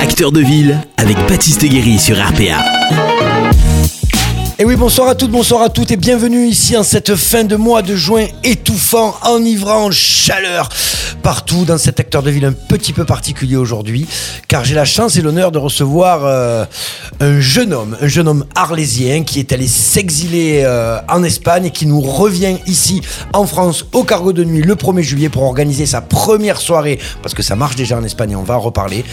Acteur de ville avec Baptiste Guéry sur RPA. Et oui, bonsoir à toutes, bonsoir à toutes et bienvenue ici en cette fin de mois de juin étouffant, enivrant, chaleur partout dans cet acteur de ville un petit peu particulier aujourd'hui, car j'ai la chance et l'honneur de recevoir euh, un jeune homme, un jeune homme arlésien qui est allé s'exiler euh, en Espagne et qui nous revient ici en France au cargo de nuit le 1er juillet pour organiser sa première soirée, parce que ça marche déjà en Espagne et on va en reparler.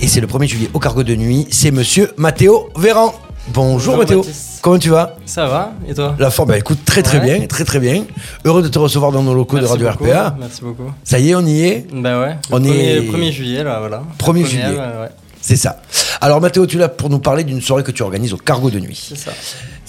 Et c'est le 1er juillet au cargo de nuit, c'est monsieur Matteo Véran. Bonjour, Bonjour, Mathéo, Baptiste. comment tu vas Ça va Et toi La forme, bah, écoute, très très Ouais. bien, très très bien. Heureux de te recevoir dans nos locaux Merci de Radio beaucoup, RPA. Merci beaucoup. Ça y est, on y est Bah ouais. On On est- est. 1er juillet, là, voilà. 1er Première, juillet. euh, ouais, C'est ça. Alors Mathéo, tu es là pour nous parler d'une soirée que tu organises au cargo de nuit. c'est ça.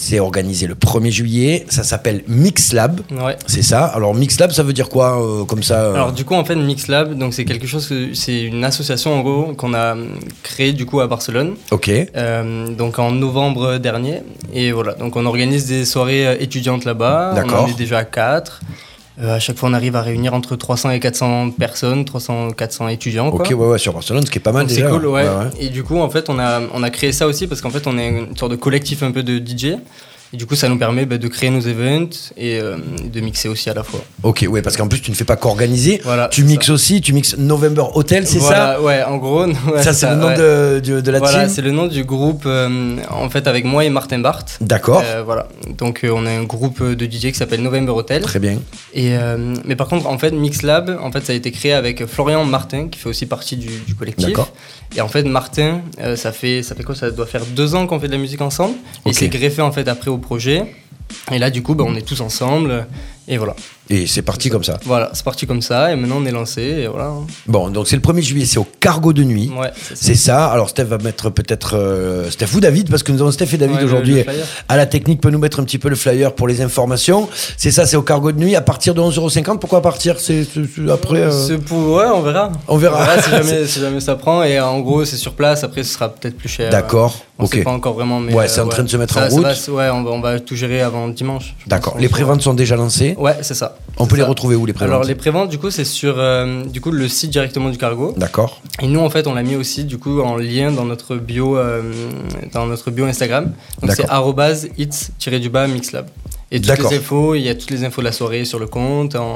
C'est organisé le 1er juillet, ça s'appelle Mix Lab. Ouais. C'est ça. Alors Mix Lab, ça veut dire quoi euh, comme ça euh Alors du coup en fait Mixlab donc c'est quelque chose que c'est une association en gros qu'on a hum, créée du coup à Barcelone Ok. euh, donc en novembre dernier et voilà donc on organise des soirées euh, étudiantes là-bas on D'accord. en est déjà à 4 à chaque fois on arrive à réunir entre 300 et 400 personnes 300 400 étudiants quoi. Ok, ouais, ouais, sur Barcelone, ce qui est pas mal Donc, Ah, C'est déjà. cool, ouais. ouais. Et du coup, en fait, on a, on a créé ça aussi parce qu'en fait, on est une sorte de collectif un peu de DJ. Et du coup, ça nous permet bah, de créer nos events et euh, de mixer aussi à la fois. Ok, ouais, parce qu'en plus, tu ne fais pas qu'organiser. Voilà, tu c'est mixes aussi, tu mixes November Hotel, c'est Voilà, Ouais, en gros. ouais, ça Ça, c'est le nom ouais. de, de- de la Voilà, team c'est le nom du groupe, euh, en fait, avec moi et Martin Barth. D'accord. Euh, voilà, donc euh, on a un groupe de DJ qui s'appelle November Hotel. Très bien. Et, euh, mais par contre, en fait, Mixlab, en fait, ça a été créé avec Florian Martin, qui fait aussi partie du, du collectif. D'accord. Et en fait, Martin, euh, ça fait ça fait quoi Ça doit faire deux ans qu'on fait de la musique ensemble. Et Ok. il s'est greffé en fait après au projet. Et là, du coup, bah, on est tous ensemble. Et voilà, Et c'est parti comme ça. voilà, c'est parti comme ça. Et maintenant, on est lancé. Et voilà. Bon, donc c'est le 1er juillet, c'est au cargo de nuit. Ouais, c'est ça. C'est ça. Alors Steph va mettre peut-être euh, Steph ou David, parce que nous avons Steph et David Ouais, le- aujourd'hui le flyer. à la technique, peut nous mettre un petit peu le flyer pour les informations. C'est ça, c'est au cargo de nuit à partir de 11,50€. Pourquoi à partir C'est c'est- c'est après. euh, C'est pour- ouais, on verra. On verra. si, jamais, si jamais ça prend. Et en gros, c'est sur place. Après, ce sera peut-être plus cher. D'accord, euh, On ok. sait pas encore vraiment. Mais Ouais, euh, c'est en train de se mettre Ça- en ça route. va se- ouais, on va, on va tout gérer avant dimanche. je pense. D'accord. On Les fera- préventes sont déjà lancées. Ouais, c'est ça. On C'est peut les ça. retrouver où les préventes Alors les préventes, du coup, c'est sur euh, du coup le site directement du cargo. D'accord. Et nous, en fait, on l'a mis aussi du coup en lien dans notre bio, euh, dans notre bio Instagram. Donc c'est D'accord. arrobase hits-du-bas mixlab. Et toutes D'accord. les infos, il y a toutes les infos de la soirée sur le compte. en-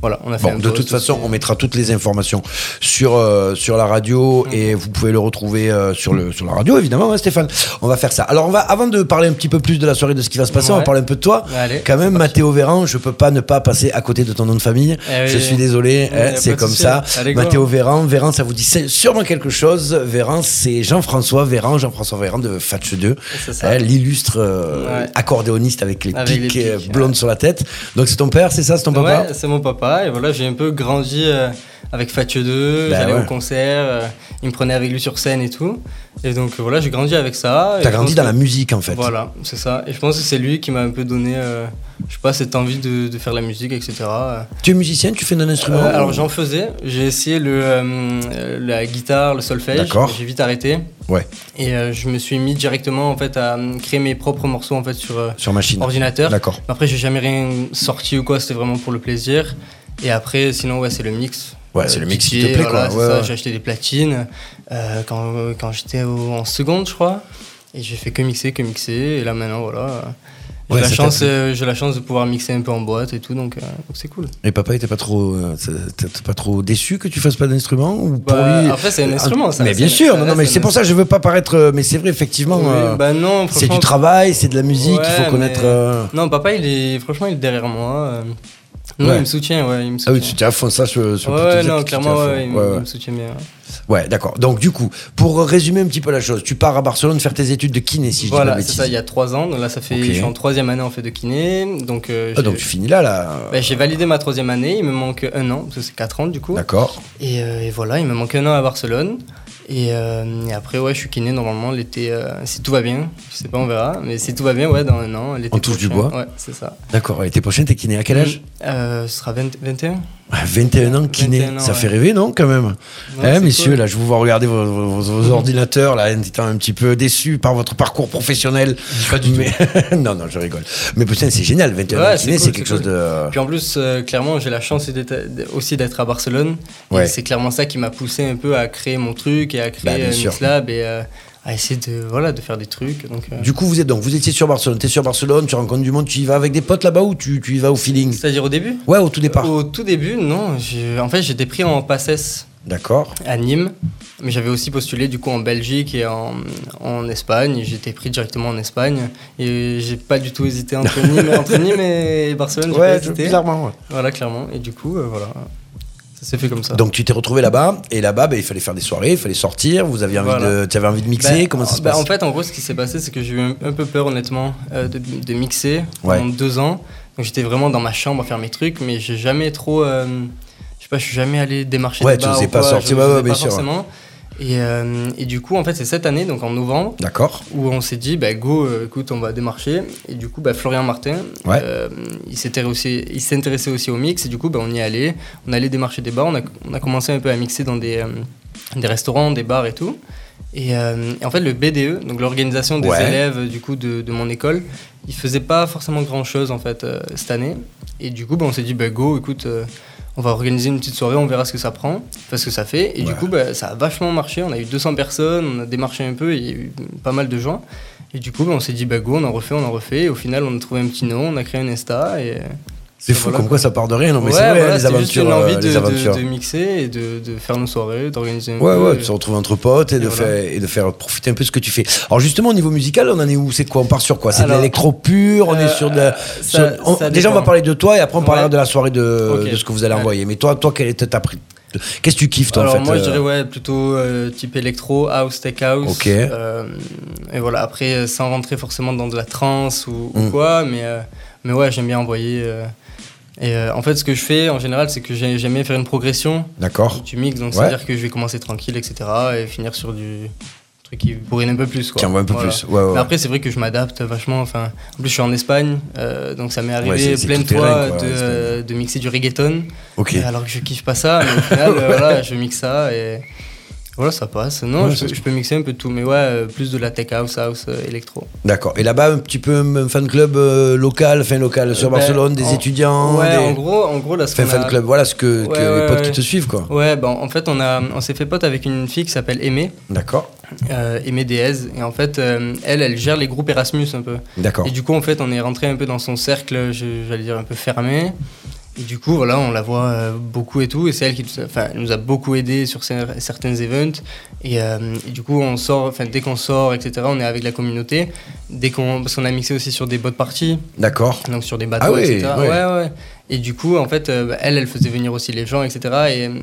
Voilà, on a fait. Bon, un de post toute façon, aussi. on mettra toutes les informations sur euh, sur la radio et Mhm. vous pouvez le retrouver euh, sur le sur la radio évidemment, hein, Stéphane. On va faire ça. Alors on va avant de parler un petit peu plus de la soirée de ce qui va se passer, on va Ouais. parler un peu de toi. Allez. Quand même, Mathéo Véran, je peux pas ne pas passer à côté de ton nom de famille. Eh oui. Je suis désolé, Il y hein, a pas c'est de comme souci. ça. Allez, go. Mathéo Véran, Véran, ça vous dit c'est sûrement quelque chose. Véran, c'est Jean-François Véran, Jean-François Véran de Fatch 2, C'est ça. l'illustre euh, Ouais. accordéoniste avec les Avec les piques euh, piques, blondes sur la tête. Donc c'est ton père, c'est ça, c'est ton papa Ouais, c'est mon papa. Et voilà, j'ai un peu grandi euh, avec Fatio 2. Bah J'allais ouais. au concert. euh, il me prenait avec lui sur scène et tout. Et donc euh, voilà, j'ai grandi avec ça. Et T'as je grandi pense dans que- la musique en fait. Voilà, c'est ça. Et je pense que c'est lui qui m'a un peu donné, euh, je sais pas, cette envie de, de faire la musique, etc. Euh, Tu es musicien, tu fais d'un instrument alors j'en faisais, j'ai essayé le, euh, euh, la guitare, le solfège, D'accord. j'ai vite arrêté. Ouais, Et euh, je me suis mis directement en fait à euh, créer mes propres morceaux en fait sur euh, sur machine. ordinateur. D'accord. Après j'ai jamais rien sorti ou quoi, c'était vraiment pour le plaisir. Et après sinon ouais c'est le mix. Ouais, c'est le mix qui te DJ, plaît, quoi. voilà, c'est Ouais, ça, ouais. J'ai acheté des platines euh, quand, euh, quand j'étais au- en seconde je crois. Et j'ai fait que mixer, que mixer. Et là maintenant voilà. euh, J'ai Ouais, la ça t'a chance, plu. euh, j'ai la chance de pouvoir mixer un peu en boîte et tout, donc euh, donc c'est cool. Et papa était pas trop, euh, t'es- t'es pas trop déçu que tu fasses pas d'instrument ou pour Bah, lui euh, après, c'est un instrument, ça. Mais C'est- bien sûr, ça non, non, reste mais un c'est pour ça que je veux pas paraître, euh, mais c'est vrai effectivement. Oui, euh, bah non, c'est franchement, du travail, c'est de la musique, il Ouais, faut connaître. mais- euh, Non, papa, il est franchement, il est derrière moi. euh. Non, Ouais. il me soutient, ouais, il me Ah soutient. oui, tu t'es à fond ça, je, je peux ouais, te ouais, dire que non, tu t'es à clairement, fond. ouais, il, me- Ouais, ouais. il me soutient bien. ouais. Ouais, d'accord. Donc du coup, pour résumer un petit peu la chose, tu pars à Barcelone faire tes études de kiné, si je Voilà, dis pas c'est de ça, il bêtises. y a trois ans. Donc là, ça fait, Ok. je suis en troisième année en fait de kiné, donc. euh, Ah, j'ai- donc tu finis là, là. bah, j'ai validé ma troisième année, il me manque un an, parce que c'est quatre ans du coup. D'accord. Et, euh, et voilà, il me manque un an à Barcelone. Et, euh, et après, ouais, je suis kiné normalement l'été, euh, si tout va bien, je sais pas, on verra, mais si tout va bien, ouais, dans un an, l'été. On touche du prochain. bois. Ouais, c'est ça. D'accord. Et t'es prochaine, t'es kiné à quel âge Euh, Ce sera 20 21 Ah, 21 ans kiné, 21 ans, ça ouais. fait rêver, non, quand même Ouais, Eh, c'est messieurs, cool. là, je vous vois regarder vos, vos- vos ordinateurs, là, en étant un petit peu déçu par votre parcours professionnel. Pas du tout. non, non, je rigole. Mais putain, c'est génial, 21 Ouais, ans c'est kiné, cool, c'est c'est quelque cool. chose de... Puis en plus, euh, clairement, j'ai la chance d'être- aussi d'être à Barcelone. Ouais. Et c'est clairement ça qui m'a poussé un peu à créer mon truc et qui a créé Bah, bien euh, sûr. Mixlab et euh, a essayé de, voilà, de faire des trucs. Donc, euh, Du coup, vous êtes donc, vous étiez sur Barcelone, t'es sur Barcelone, tu rencontres du monde, tu y vas avec des potes là-bas ou tu, tu y vas au feeling C'est-à-dire au début Ouais, au tout départ. Au tout début, non. j'ai- En fait, j'étais pris en PACES D'accord. à Nîmes, mais j'avais aussi postulé du coup en Belgique et en, en Espagne. et J'étais pris directement en Espagne et j'ai pas du tout hésité entre Nîmes, entre Nîmes et Barcelone. j'ai pas Ouais, hésité. bizarrement. ouais. Voilà, clairement. Et du coup, euh, voilà, ça s'est fait comme ça. Donc tu t'es retrouvé là-bas et là-bas, ben, il fallait faire des soirées, il fallait sortir. Vous aviez envie Voilà. de, tu avais envie de Bah, mixer. comment ça se bah, passe En fait, en gros, ce qui s'est passé, c'est que j'ai eu un, un peu peur, honnêtement, euh, de, de mixer Ouais. pendant deux ans. Donc j'étais vraiment dans ma chambre à faire mes trucs, mais j'ai jamais trop. euh, je sais pas, je suis jamais allé démarcher Ouais, des tu bars faisais ou pas quoi, sortir, je ouais, faisais ouais, bien pas sûr. forcément. Et, euh, et du coup, en fait, c'est cette année, donc en novembre, D'accord. où on s'est dit, bah go, euh, écoute, on va démarcher. Et du coup, bah, Florian Martin, Ouais. euh, il s'était aussi- il s'intéressait aussi au mix. Et du coup, bah, on y allait. On allait démarcher des bars. On a, on a commencé un peu à mixer dans des, euh, des restaurants, des bars et tout. Et, euh, et en fait, le BDE, donc l'organisation des Ouais. élèves euh, du coup de, de mon école, il faisait pas forcément grand chose en fait euh, cette année. Et du coup, bah, on s'est dit, bah go, écoute. euh, on va organiser une petite soirée, on verra ce que ça prend, enfin, ce que ça fait. Et du Ouais. coup, bah, ça a vachement marché. On a eu 200 personnes, on a démarché un peu, il y a eu pas mal de gens. Et du coup, bah, on s'est dit, bah go, on en refait, on en refait. Et au final, on a trouvé un petit nom, on a créé un Insta. Et... C'est fou, Voilà. comme quoi ça part de rien. Non, mais Ouais, c'est vrai, voilà, les c'était juste aventures. une euh, envie les de, aventures. de, de mixer et de, de faire nos soirées, d'organiser un Ouais, peu. ouais, de se retrouver entre potes et, de euh, voilà. faire, et de faire profiter un peu ce que tu fais. Alors, justement, au niveau musical, on en est où C'est de quoi On part sur quoi C'est de Alors, l'électro pur On euh, est sur de. ça- sur- on- ça déjà, on va dépend. parler de toi et après, on parlera Ouais. de la soirée de, Ok. de ce que vous allez Ouais. envoyer. Mais toi, toi quelle était ta. pri- Qu'est-ce que tu kiffes, toi, Alors en fait moi je euh, dirais ouais plutôt euh, type électro, house, tech house. Ok. Euh, et voilà après euh, sans rentrer forcément dans de la trance ou, ou Mm. quoi, mais euh, mais ouais j'aime bien envoyer. euh, et euh, en fait ce que je fais en général c'est que j'ai- j'aime bien faire une progression euh, D'accord. du mix, donc Ouais. c'est à dire que je vais commencer tranquille etc et finir sur du truc qui bourrine un peu plus quoi. Qui envoie un peu Voilà. plus. Ouais, ouais, Mais ouais. après, c'est vrai que je m'adapte vachement. Enfin, en plus, je suis en Espagne, euh, donc ça m'est Ouais, arrivé c'est- c'est plein de tout fois terrain, quoi, de, l'Espagne. euh, de mixer du reggaeton, Ok. euh, alors que je kiffe pas ça. Mais au final, euh, voilà, je mixe ça et voilà, ça passe. Non, Ouais, je, ça se- je peux mixer un peu de tout, mais ouais, euh, plus de la tech house, house, euh, électro. D'accord. Et là-bas, un petit peu un fan club euh, local, enfin local, sur Euh, ben, Barcelone, des en- étudiants, ouais, des- en gros, en gros, là, ce enfin, qu'on fan a- club, voilà ce que, que Ouais, les ouais, potes qui ouais. te suivent, quoi. Ouais, bah, en fait, on a, on s'est fait pote avec une fille qui s'appelle Aimée, D'accord. euh, Aimée Déez, et en fait, euh, elle, elle gère les groupes Erasmus un peu. D'accord. Et du coup, en fait, on est rentré un peu dans son cercle, je- j'allais dire un peu fermé. Et du coup, voilà, on la voit euh, beaucoup et tout. Et c'est elle qui nous a, enfin, elle nous a beaucoup aidé sur cer- certains events. Et, euh, et du coup, on sort, enfin, dès qu'on sort, etc., on est avec la communauté. Dès qu'on, parce qu'on a mixé aussi sur des bottes parties, D'accord. donc sur des bateaux, Ah oui, etc. ouais. Ouais, ouais. Et du coup, en fait, euh, bah, elle, elle faisait venir aussi les gens, etc. Et euh,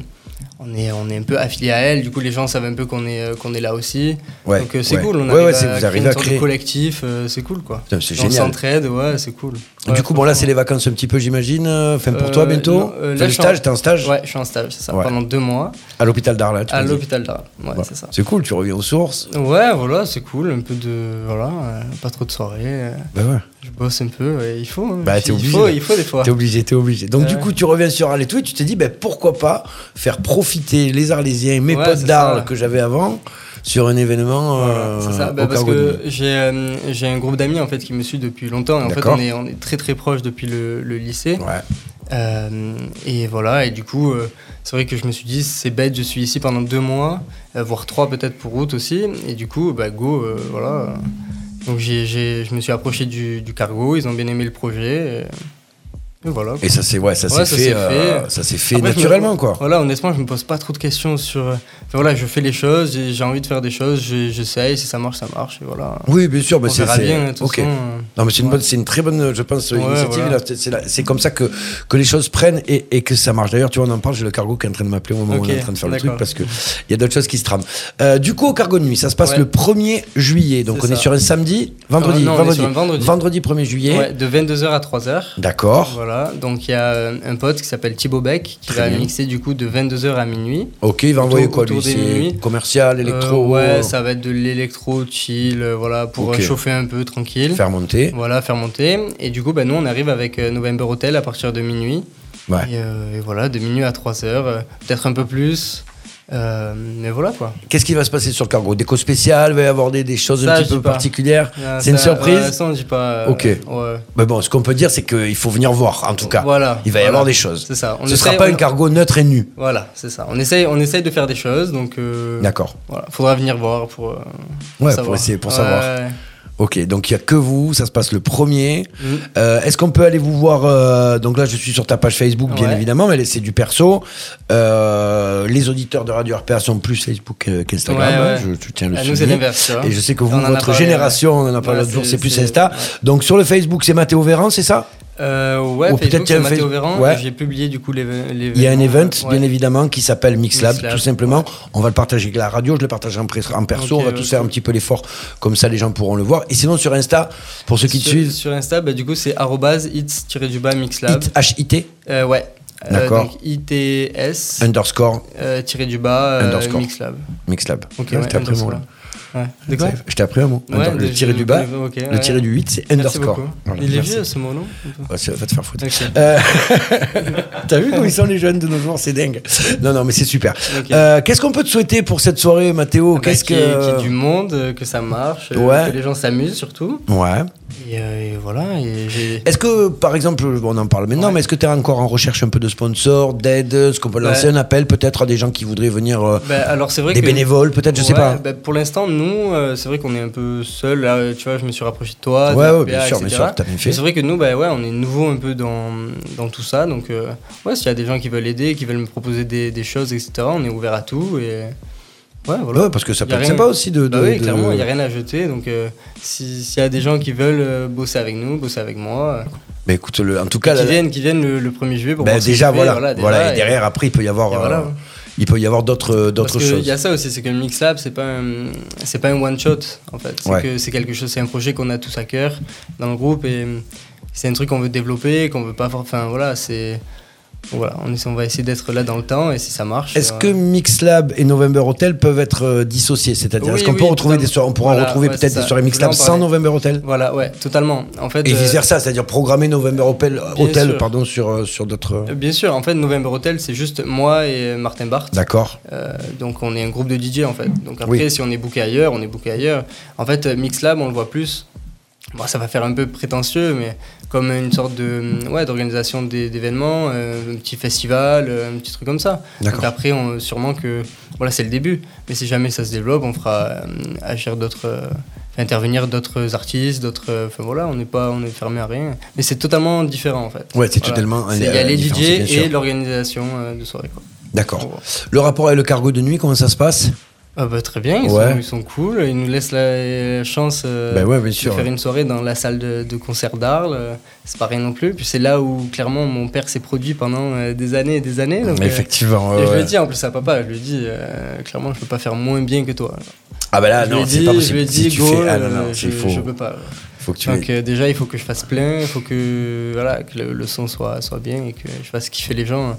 on est, on est un peu affilié à elle. Du coup, les gens savent un peu qu'on est, euh, qu'on est là aussi. Ouais. Donc euh, c'est ouais. cool, on Ouais, ouais, arrive c'est- à vous créer arrivez une à sorte créer. de collectif, euh, c'est cool quoi. Putain, C'est on génial. s'entraide, ouais, c'est cool. Ouais, du coup, bon, là, c'est franchement. les vacances un petit peu, j'imagine. euh, Enfin, pour toi, Euh, bientôt. non, euh, Enfin, là, le je suis stage, en- t'es en stage Ouais, je suis en stage, c'est ça, Ouais. pendant deux mois, à l'hôpital d'Arles. hein, tu à m'as dit. l'hôpital d'Arles. Ouais, Voilà. c'est ça. C'est cool, tu reviens aux sources. Ouais, voilà, c'est cool, un peu de. Voilà, euh, pas trop de soirée, euh, Bah ouais. je bosse un peu, ouais, il faut. hein, Bah, il t'es obligé, faut- là. Il faut des fois. T'es obligé, t'es obligé. Donc, Ouais. du coup, tu reviens sur Arles et tout, et tu te dis, ben, pourquoi pas faire profiter les Arlésiens, mes Ouais, potes c'est d'Arles ça. que j'avais avant, sur un événement euh, Voilà, c'est ça. Bah, au parce Cargotne. que j'ai euh, j'ai un groupe d'amis en fait qui me suit depuis longtemps et en fait D'accord. on est, on est très très proches depuis le, le lycée. Ouais. Euh, et voilà, et du coup, euh, c'est vrai que je me suis dit, c'est bête, je suis ici pendant deux mois, euh, voire trois peut-être pour août aussi. Et du coup, bah go, euh, voilà. Donc j'ai, j'ai- je me suis approché du, du cargo, ils ont bien aimé le projet. Et, et voilà. quoi. Et ça c'est ouais, ça s'est Ouais, ça fait, s'est euh, fait. ça s'est fait Après, je me- naturellement quoi. Voilà, honnêtement, je me pose pas trop de questions sur. euh, enfin, voilà, je fais les choses, j'ai, j'ai envie de faire des choses, j'ai- j'essaye, si ça marche, ça marche, et voilà. Oui, bien sûr, mais On Bah, c'est verra c'est- bien, de toute ok. façon, euh. Non, mais c'est une bonne, c'est une très bonne, je pense, Ouais, initiative. voilà. là. C'est- C'est la- c'est comme ça que que les choses prennent et, et que ça marche. D'ailleurs, tu vois, on en parle. J'ai le cargo qui est en train de m'appeler au moment où on est Ok, en train de faire le truc d'accord. parce que il y a d'autres choses qui se trament. Euh, du coup, au cargo de nuit, ça se passe Ouais. le 1er juillet. Donc, on C'est est ça. sur un samedi, vendredi, Euh, non, on est vendredi, sur un vendredi. 1er juillet. Ouais, de 22h à 3h. D'accord. Voilà, donc il y a euh, un pote qui s'appelle Thibaut Beck qui Très va bien. mixer du coup de 22h à minuit. Ok, il va Autour- envoyer quoi lui autour des C'est minuit. commercial, électro, Euh, ouais, euh, ça va être de l'électro chill, euh, voilà, pour Ok. euh, chauffer un peu tranquille. faire monter. Voilà, faire monter. Et du coup, bah, nous, on arrive avec euh, November Hotel à partir de minuit. Ouais. Et, euh, et voilà, de minuit à 3 heures, euh, peut-être un peu plus. Euh, mais voilà quoi. Qu'est-ce qui va se passer sur le cargo Déco spéciale, va y avoir des, des choses Ça, un je petit dis peu pas. particulières. Euh, C'est une ça, surprise ouais, ça, on dit pas. euh, Ok. ouais. Mais bon, ce qu'on peut dire, c'est qu'il faut venir voir, en tout cas. Euh, Voilà. Il va y Voilà. avoir des choses. C'est ça. On Ce ne sera essaye- pas on- un cargo neutre et nu. Voilà, c'est ça. On essaye, on essaye de faire des choses, donc. euh, D'accord. Voilà, faudra venir voir pour. euh, Ouais, pour essayer, pour Ouais, savoir. ouais. Ok, donc il y a que vous, ça se passe le premier. Mhm. Euh, Est-ce qu'on peut aller vous voir euh, Donc là, je suis sur ta page Facebook, bien Ouais. évidemment, mais c'est du perso. Euh, les auditeurs de Radio RPA sont plus Facebook euh, qu'Instagram. Ouais, hein, ouais. je, tu tiens le Ah, nous, c'est souvenir. l'inverse, tu vois. Et je sais que On vous, en a votre parlé, génération, on en a parlé Ouais, l'autre jour, c'est plus c'est- Insta. ouais. Donc sur le Facebook, c'est Mathéo Véran, c'est ça Euh, ouais, Ou peut-être Facebook, qu'il y a c'est un Mathéo Facebook- Véran. ouais. J'ai publié du coup l'éve- l'événement. Il y a un event, euh, bien ouais. évidemment, qui s'appelle Mixlab, Mixlab, tout simplement. On va le partager avec la radio, je le partage en, pres- en perso, Ok, on va tous ok. faire un petit peu l'effort, comme ça les gens pourront le voir. Et sinon, sur Insta, pour ceux qui te Sur- suivent, Sur Insta, bah, du coup, c'est hits-du-bas mixlab. hit, H-I-T, Euh, ouais. Euh, D'accord. donc ITS underscore, euh, tiré du bas euh, Underscore. mixlab. Mixlab. Ok, Ouais, ouais, je t'ai appris un mot, underscore. là. Ouais. De quoi Je t'ai appris un mot. Ouais, Attends, le je- tiré du bas, ok, le ouais. tiré du 8, c'est Merci underscore. beaucoup. Voilà, Il est merci. vieux ce mot, non Ouais, ça va te faire foutre. Ok. Euh, T'as vu comment ils sont les jeunes de nos jours, c'est dingue. Non, non, mais c'est super. Ok. Euh, Qu'est-ce qu'on peut te souhaiter pour cette soirée, Mathéo Bah, Qu'est-ce qu'il y ait- qu'il y que ait du monde, euh, que ça marche, euh, Ouais. que les gens s'amusent surtout. Ouais. Et, euh, et voilà, et j'ai. Est-ce que, par exemple, bon, on en parle maintenant, Ouais. mais est-ce que tu es encore en recherche un peu de sponsors, d'aide Est-ce qu'on peut lancer Ouais. un appel peut-être à des gens qui voudraient venir, euh, Bah, alors c'est vrai des que bénévoles peut-être, je sais Ouais, pas bah, pour l'instant, nous, euh, c'est vrai qu'on est un peu seul. Là, euh, tu vois, je me suis rapproché de toi. de Ouais, ouais, RPA, bien sûr, bien etc.. sûr, t'as bien fait. Mais C'est vrai que nous, bah, ouais, on est nouveau un peu dans, dans tout ça. Donc, euh, ouais, s'il y a des gens qui veulent aider, qui veulent me proposer des, des choses, etc., on est ouvert à tout. Et ouais, voilà. Ouais, parce que ça Y peut a être rien- sympa aussi de. Bah de- oui, de- clairement, il n'y a rien à jeter. Donc, euh, si- s'il y a des gens qui veulent euh, bosser avec nous, bosser avec moi, Mais Bah, écoute, le- en tout cas, euh, Ah là, qui, viennent, qui viennent le, le 1er juillet pour bah, voir ce déjà qu'il fait, voilà, voilà, voilà, déjà, et et- derrière après il peut y avoir, et voilà. euh, il peut y avoir d'autres euh, Parce d'autres qu'il choses. y a ça aussi, c'est que Mixlab, c'est pas un- c'est pas un one shot en fait. C'est Ouais. que c'est quelque chose, c'est un projet qu'on a tous à cœur dans le groupe et c'est un truc qu'on veut développer, qu'on veut pas. for- Enfin voilà, c'est voilà, on, essa- on va essayer d'être là dans le temps et si ça marche. Est-ce euh, que Mixlab et November Hotel peuvent être euh, dissociés C'est-à-dire, Oui, est-ce qu'on oui, peut retrouver totalement. des soirées, on pourra Voilà, retrouver ouais, peut-être c'est des ça. soirées Je voulais en Mixlab sans parler. November Hotel voilà, ouais, totalement. En fait, Et euh, vice versa, c'est-à-dire programmer November Hotel, Hotel, sûr. pardon, sur, euh, sur d'autres. bien sûr, en fait, November Hotel, c'est juste moi et Martin Barth. D'accord. Euh, donc on est un groupe de DJ en fait. Donc après, Oui. si on est booké ailleurs, on est booké ailleurs. En fait, euh, Mixlab, on le voit plus. Bon, ça va faire un peu prétentieux, mais comme une sorte de mm, ouais d'organisation d'é- d'événements, euh, un petit festival, euh, un petit truc comme ça. D'accord. Donc après, on, sûrement que voilà, c'est le début. Mais si jamais ça se développe, on fera euh, agir d'autres, euh, intervenir d'autres artistes, d'autres. euh, Enfin voilà, on n'est pas, on est fermé à rien. Mais c'est totalement différent en fait. Ouais, c'est Voilà. totalement. un- C'est- Il y a euh, les différent, DJ c'est bien sûr. et l'organisation euh, de soirée. Quoi. D'accord. Le rapport avec le cargo de nuit, comment ça se passe Ah bah très bien, ils, Ouais. sont, ils sont cool, ils nous laissent la, la chance euh, Bah ouais, bien de sûr. faire une soirée dans la salle de, de concert d'Arles, euh, c'est pas rien non plus. Puis c'est là où clairement mon père s'est produit pendant euh, des années et des années. Donc, euh, Effectivement. et ouais, je ouais. le dis en plus à papa, je lui dis euh, clairement je peux pas faire moins bien que toi. Ah bah là, je non, lui c'est dis- pas je lui possible. ai Si dit tu go, fais- ah non, non, euh, c'est je, faux. je peux pas. Faut que tu. Donc euh, déjà il faut que je fasse plein, il faut que voilà que le, le son soit soit bien et que je fasse kiffer les gens. Enfin,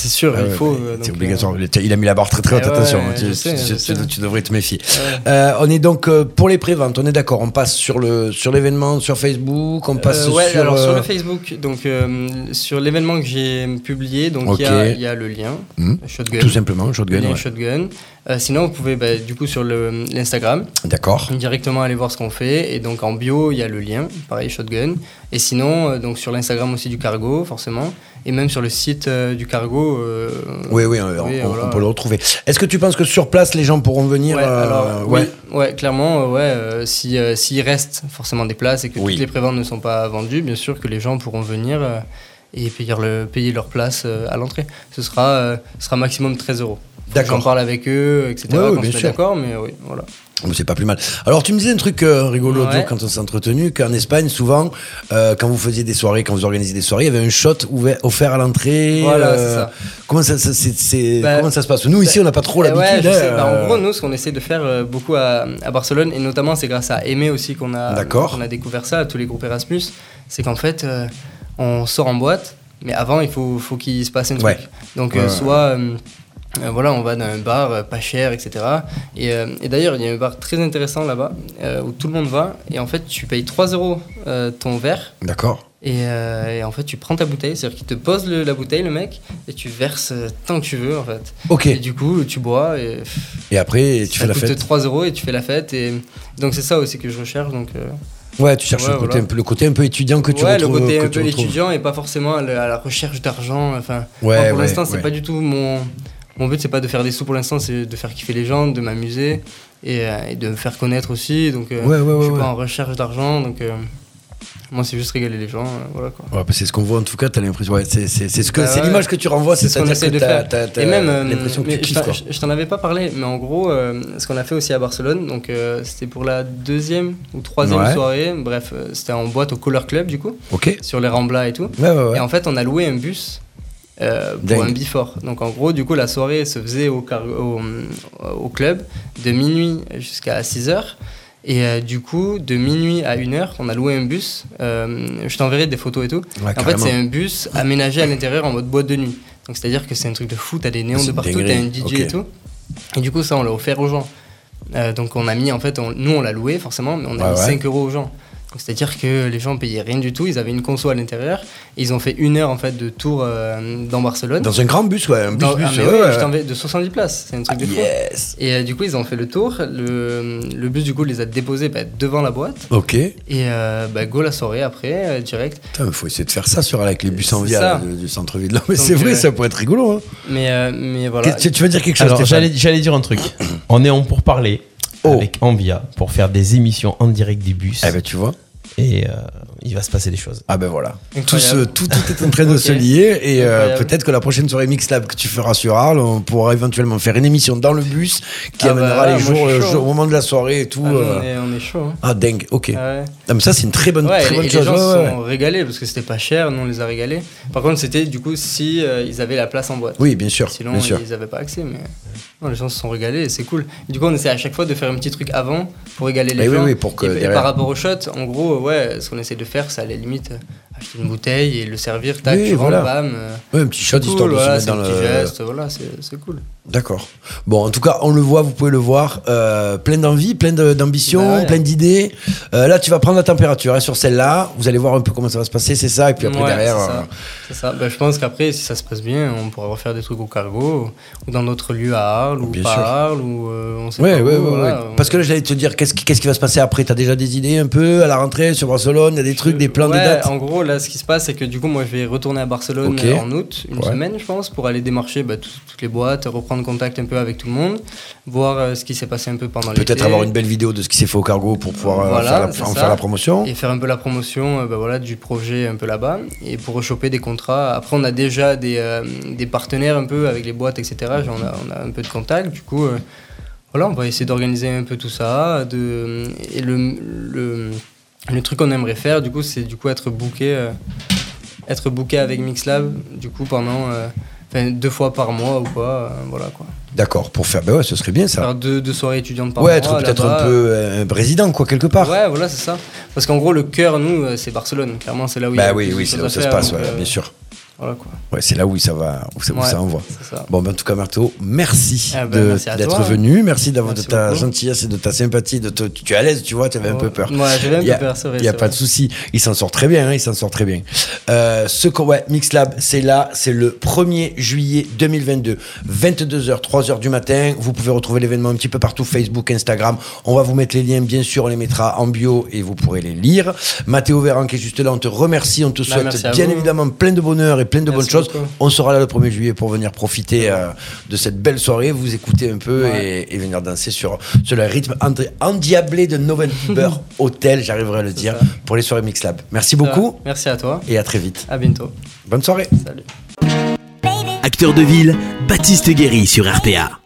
c'est sûr, Ah il ouais, faut. mais euh, C'est donc, obligatoire. Il a mis la barre très très haute, Eh ouais, attention. hein, ouais, tu, je sais, tu- je tu- sais. tu devrais te méfier. euh, ouais. Euh, on est donc euh, pour les préventes, on est d'accord. On passe sur le sur l'événement, sur Facebook, on passe Euh, ouais, sur. alors sur euh, le Facebook, donc euh, sur l'événement que j'ai publié, donc il y Ok. a- il y, a le lien Hmm. Shotgun. Tout simplement, Le shotgun. lien ouais. Shotgun. Euh, sinon, vous pouvez bah, du coup sur le- l'Instagram D'accord. Mm. directement aller voir ce qu'on fait. Et donc en bio, il y a le lien, pareil Shotgun. Et sinon, euh, donc sur l'Instagram aussi du Cargo, forcément, et même sur le site euh, du Cargo. euh, Oui, oui, on, Oui, on- voilà. on peut le retrouver. Est-ce que tu penses que sur place, les gens pourront venir Ouais, euh, alors, ouais. oui, ouais, clairement, euh, ouais, euh, si, euh, s'il reste forcément des places et que Oui. toutes les préventes ne sont pas vendues, bien sûr que les gens pourront venir euh, et payer, le, payer leur place euh, à l'entrée. Ce sera, euh, ce sera maximum 13 euros. Faut que D'accord. J'en parle avec eux, etc. Ouais, ouais, qu'on bien se mette sûr. d'accord, mais oui, voilà. Oh, C'est pas plus mal. Alors, tu me disais un truc euh, rigolo Ouais. Joe, quand on s'est entretenu, qu'en Espagne, souvent, euh, quand vous faisiez des soirées, quand vous organisiez des soirées, il y avait un shot ouver- offert à l'entrée. euh, Voilà, c'est ça. Comment ça, ça- c'est- c'est- Bah, comment ça se passe Nous, ici, on n'a pas trop Eh ouais, l'habitude. je sais. hein, Bah, euh, en gros, nous, ce qu'on essaie de faire euh, beaucoup à, à Barcelone, et notamment c'est grâce à Aimé aussi qu'on a, D'accord. qu'on a découvert ça, à tous les groupes Erasmus, c'est qu'en fait, euh, on sort en boîte, mais avant, il faut, faut qu'il se passe un truc. Ouais. Donc, Ouais, euh, ouais. soit euh, Euh, voilà, on va dans un bar euh, pas cher, etc. Et, euh, et d'ailleurs, il y a un bar très intéressant là-bas euh, où tout le monde va. Et en fait, tu payes 3 euros euh, ton verre. D'accord. Et, euh, et en fait, tu prends ta bouteille. C'est-à-dire qu'il te pose le- la bouteille, le mec, et tu verses euh, tant que tu veux, en fait. Ok. Et du coup, tu bois et pff, Et après, tu ça fais la coûte fête. 3 euros et tu fais la fête. Et donc, c'est ça aussi que je recherche. Donc, euh, Ouais, tu cherches Ouais, le, côté voilà. un peu, le côté un peu étudiant que tu ouais, retrouves. le côté que un tu peu retrouves. étudiant et pas forcément à la, à la recherche d'argent. Enfin, Ouais, moi, pour ouais, l'instant, c'est ouais. pas du tout mon mon but, c'est pas de faire des sous. Pour l'instant, c'est de faire kiffer les gens, de m'amuser et, euh, et de me faire connaître aussi. Donc, euh, Ouais, ouais, ouais, je suis ouais. pas en recherche d'argent. Donc, euh, moi, c'est juste régaler les gens. euh, voilà quoi. Ouais, bah, c'est ce qu'on voit en tout cas, t'as l'impression. Ouais, c'est c'est- c'est ce que- Bah c'est ouais. l'image que tu renvoies, c'est C'est ce qu'on ça essaie de faire. Et même, euh, l'impression que mais tu je kiffes. t'en- quoi. je je t'en avais pas parlé, mais en gros, euh, ce qu'on a fait aussi à Barcelone, donc euh, c'était pour la deuxième ou troisième Ouais. soirée, bref, euh, c'était en boîte au Color Club du coup, Ok. sur les Ramblas et tout. Ouais, ouais, ouais. Et en fait, on a loué un bus euh, pour Dingue. un before. Donc, en gros, du coup, la soirée se faisait au, car- au, euh, au club de minuit jusqu'à 6h. Et euh, du coup, de minuit à 1h, on a loué un bus. Euh, je t'enverrai des photos et tout. Ouais, en fait, Ah, carrément. c'est un bus aménagé à l'intérieur en mode boîte de nuit. Donc, c'est-à-dire que c'est un truc de fou. T'as des néons Ah, C'est de une partout, t'as dinguerie. un DJ Ok. et tout. Et du coup, ça, on l'a offert aux gens. Euh, donc, on a mis, en fait, on- nous, on l'a loué forcément, mais on a Ouais, mis ouais. 5 euros aux gens. Donc, C'est-à-dire que les gens payaient rien du tout, ils avaient une conso à l'intérieur, et ils ont fait une heure en fait de tour euh, dans Barcelone. Dans un grand bus, ouais, un bus, Dans- bus, ah, mais ouais, oui, ouais. Ah, je t'en vais de 70 places, c'est un truc de fou. Yes. Et euh, du coup, ils ont fait le tour, le, le bus du coup les a déposés bah, devant la boîte, Ok. et euh, bah, go la soirée après, euh, direct. Putain, mais faut essayer de faire ça sur avec les bus en C'est via ça. là, de- du centre-ville. Non, mais Donc, c'est vrai, euh, ça pourrait être rigolo. hein. Mais, euh, mais voilà. Qu'est-ce que- tu veux dire quelque chose Alors, Stéphane j'allais j'allais dire un truc. On est en pourparlers Oh. avec Envia pour faire des émissions en direct des bus. Eh ben, tu vois. Et euh, il va se passer des choses. Ah ben voilà. Incroyable. Tout, se- tout, tout est en train de Ok. se lier et euh, Incroyable. peut-être que la prochaine soirée Mixlab que tu feras sur Arles, on pourra éventuellement faire une émission dans le bus qui Ah bah amènera là, les moi, jours, je suis euh, chaud. jours- au moment de la soirée et tout. Ah, nous, euh. on, est, on est chaud. hein. Ah dingue, ok. Ah ouais. Ah, mais ça c'est une très bonne, Ouais, très et- bonne et les chose. gens ouais, se ouais, sont ouais. régalés parce que c'était pas cher, nous on les a régalés. Par contre, c'était du coup si euh, ils avaient la place en boîte. Oui, bien sûr, Sinon, bien sûr. ils n'avaient pas accès, mais non, les gens se sont régalés et c'est cool. Du coup, on essaie à chaque fois de faire un petit truc avant pour régaler les Eh oui, gens. oui, pour que et, et derrière- par rapport au shot, en gros, ouais, ce qu'on essaie de faire, c'est à la limite euh, acheter une bouteille et le servir, tac, Oui, tu rentres, voilà. bam. euh, Ouais, un petit shot cool, histoire voilà, de se c'est mettre dans un le. petit geste, voilà, c'est c'est cool. D'accord. Bon, en tout cas, on le voit, vous pouvez le voir, euh, plein d'envie, plein de- d'ambition, Bah ouais. plein d'idées. Euh, là, tu vas prendre la température hein, sur celle-là. Vous allez voir un peu comment ça va se passer, c'est ça. Et puis après Ouais, derrière, c'est ça. euh, C'est ça. Bah, je pense qu'après, si ça se passe bien, on pourra refaire des trucs au cargo ou dans d'autres lieux à Arles ou Bien pas sûr. à Arles ou euh, on sait Ouais, pas ouais, ouais, où, voilà, ouais. on- Parce que là, j'allais te dire, qu'est-ce qui, qu'est-ce qui va se passer après T'as déjà des idées un peu à la rentrée sur Barcelone Il y a des trucs, des plans, Ouais, des dates En gros, là, ce qui se passe, c'est que du coup, moi, je vais retourner à Barcelone Ok. euh, en août, une Ouais. semaine, je pense, pour aller démarcher bah, tout- toutes les boîtes, reprendre contact un peu avec tout le monde, voir euh, ce qui s'est passé un peu pendant l'été. Peut-être avoir une belle vidéo de ce qui s'est fait au cargo pour pouvoir euh, Voilà, faire la- c'est en ça. faire la promotion. Et faire un peu la promotion euh, bah, voilà, du projet un peu là-bas. Et pour choper des contrats. Après, on a déjà des, euh, des partenaires un peu avec les boîtes, etc. Genre, on, a, on a un peu de contact. Du coup, euh, voilà, on va essayer d'organiser un peu tout ça. De, et le, le, le truc qu'on aimerait faire, du coup, c'est du coup être booké, euh, être booké avec Mixlab, du coup, pendant euh, enfin, deux fois par mois ou quoi. euh, voilà, quoi. D'accord, pour faire. Ben ouais, ce serait bien ça. Faire deux, deux soirées étudiantes par Ouais, mois. être peut-être là-bas. un peu euh, président, quoi, quelque part. Ouais, voilà, c'est ça. Parce qu'en gros, le cœur, nous, euh, c'est Barcelone. Clairement, c'est là où il y a bah le oui, plus oui, de c'est choses là où à ça se faire, passe, donc, ouais, euh, bien sûr. Voilà quoi. Ouais, c'est là où ça va, où ça, où Ouais, ça envoie. C'est ça. Bon, ben, en tout cas, Marteau, merci Ah ben, de- merci à d'être toi. venu. Merci d'avoir de Merci ta beaucoup. gentillesse et de ta sympathie. De te- tu es à l'aise, tu vois, tu avais un peu peur. Ouais, j'avais un Y a- peu peur, c'est vrai. Il n'y a c'est pas vrai. de souci, il s'en sort très bien, hein, il s'en sort très bien. Euh, ce qu'on- ouais, Mixlab, c'est là, c'est le 1er juillet 2022, 22h, 3h du matin. Vous pouvez retrouver l'événement un petit peu partout, Facebook, Instagram. On va vous mettre les liens, bien sûr, on les mettra en bio et vous pourrez les lire. Mathéo Véran qui est juste là, on te remercie, on te souhaite Bah, merci à bien vous. évidemment plein de bonheur et plein de Merci bonnes choses. beaucoup. On sera là le 1er juillet pour venir profiter euh, de cette belle soirée, vous écouter un peu et, et venir danser sur, sur le rythme endi- endiablé de November Hotel, j'arriverai à le dire, ça. pour les soirées Mixlab. Merci beaucoup Merci à toi. et à très vite. À bientôt. Bonne soirée. Salut. Acteur de ville, Baptiste Guéry sur RPA.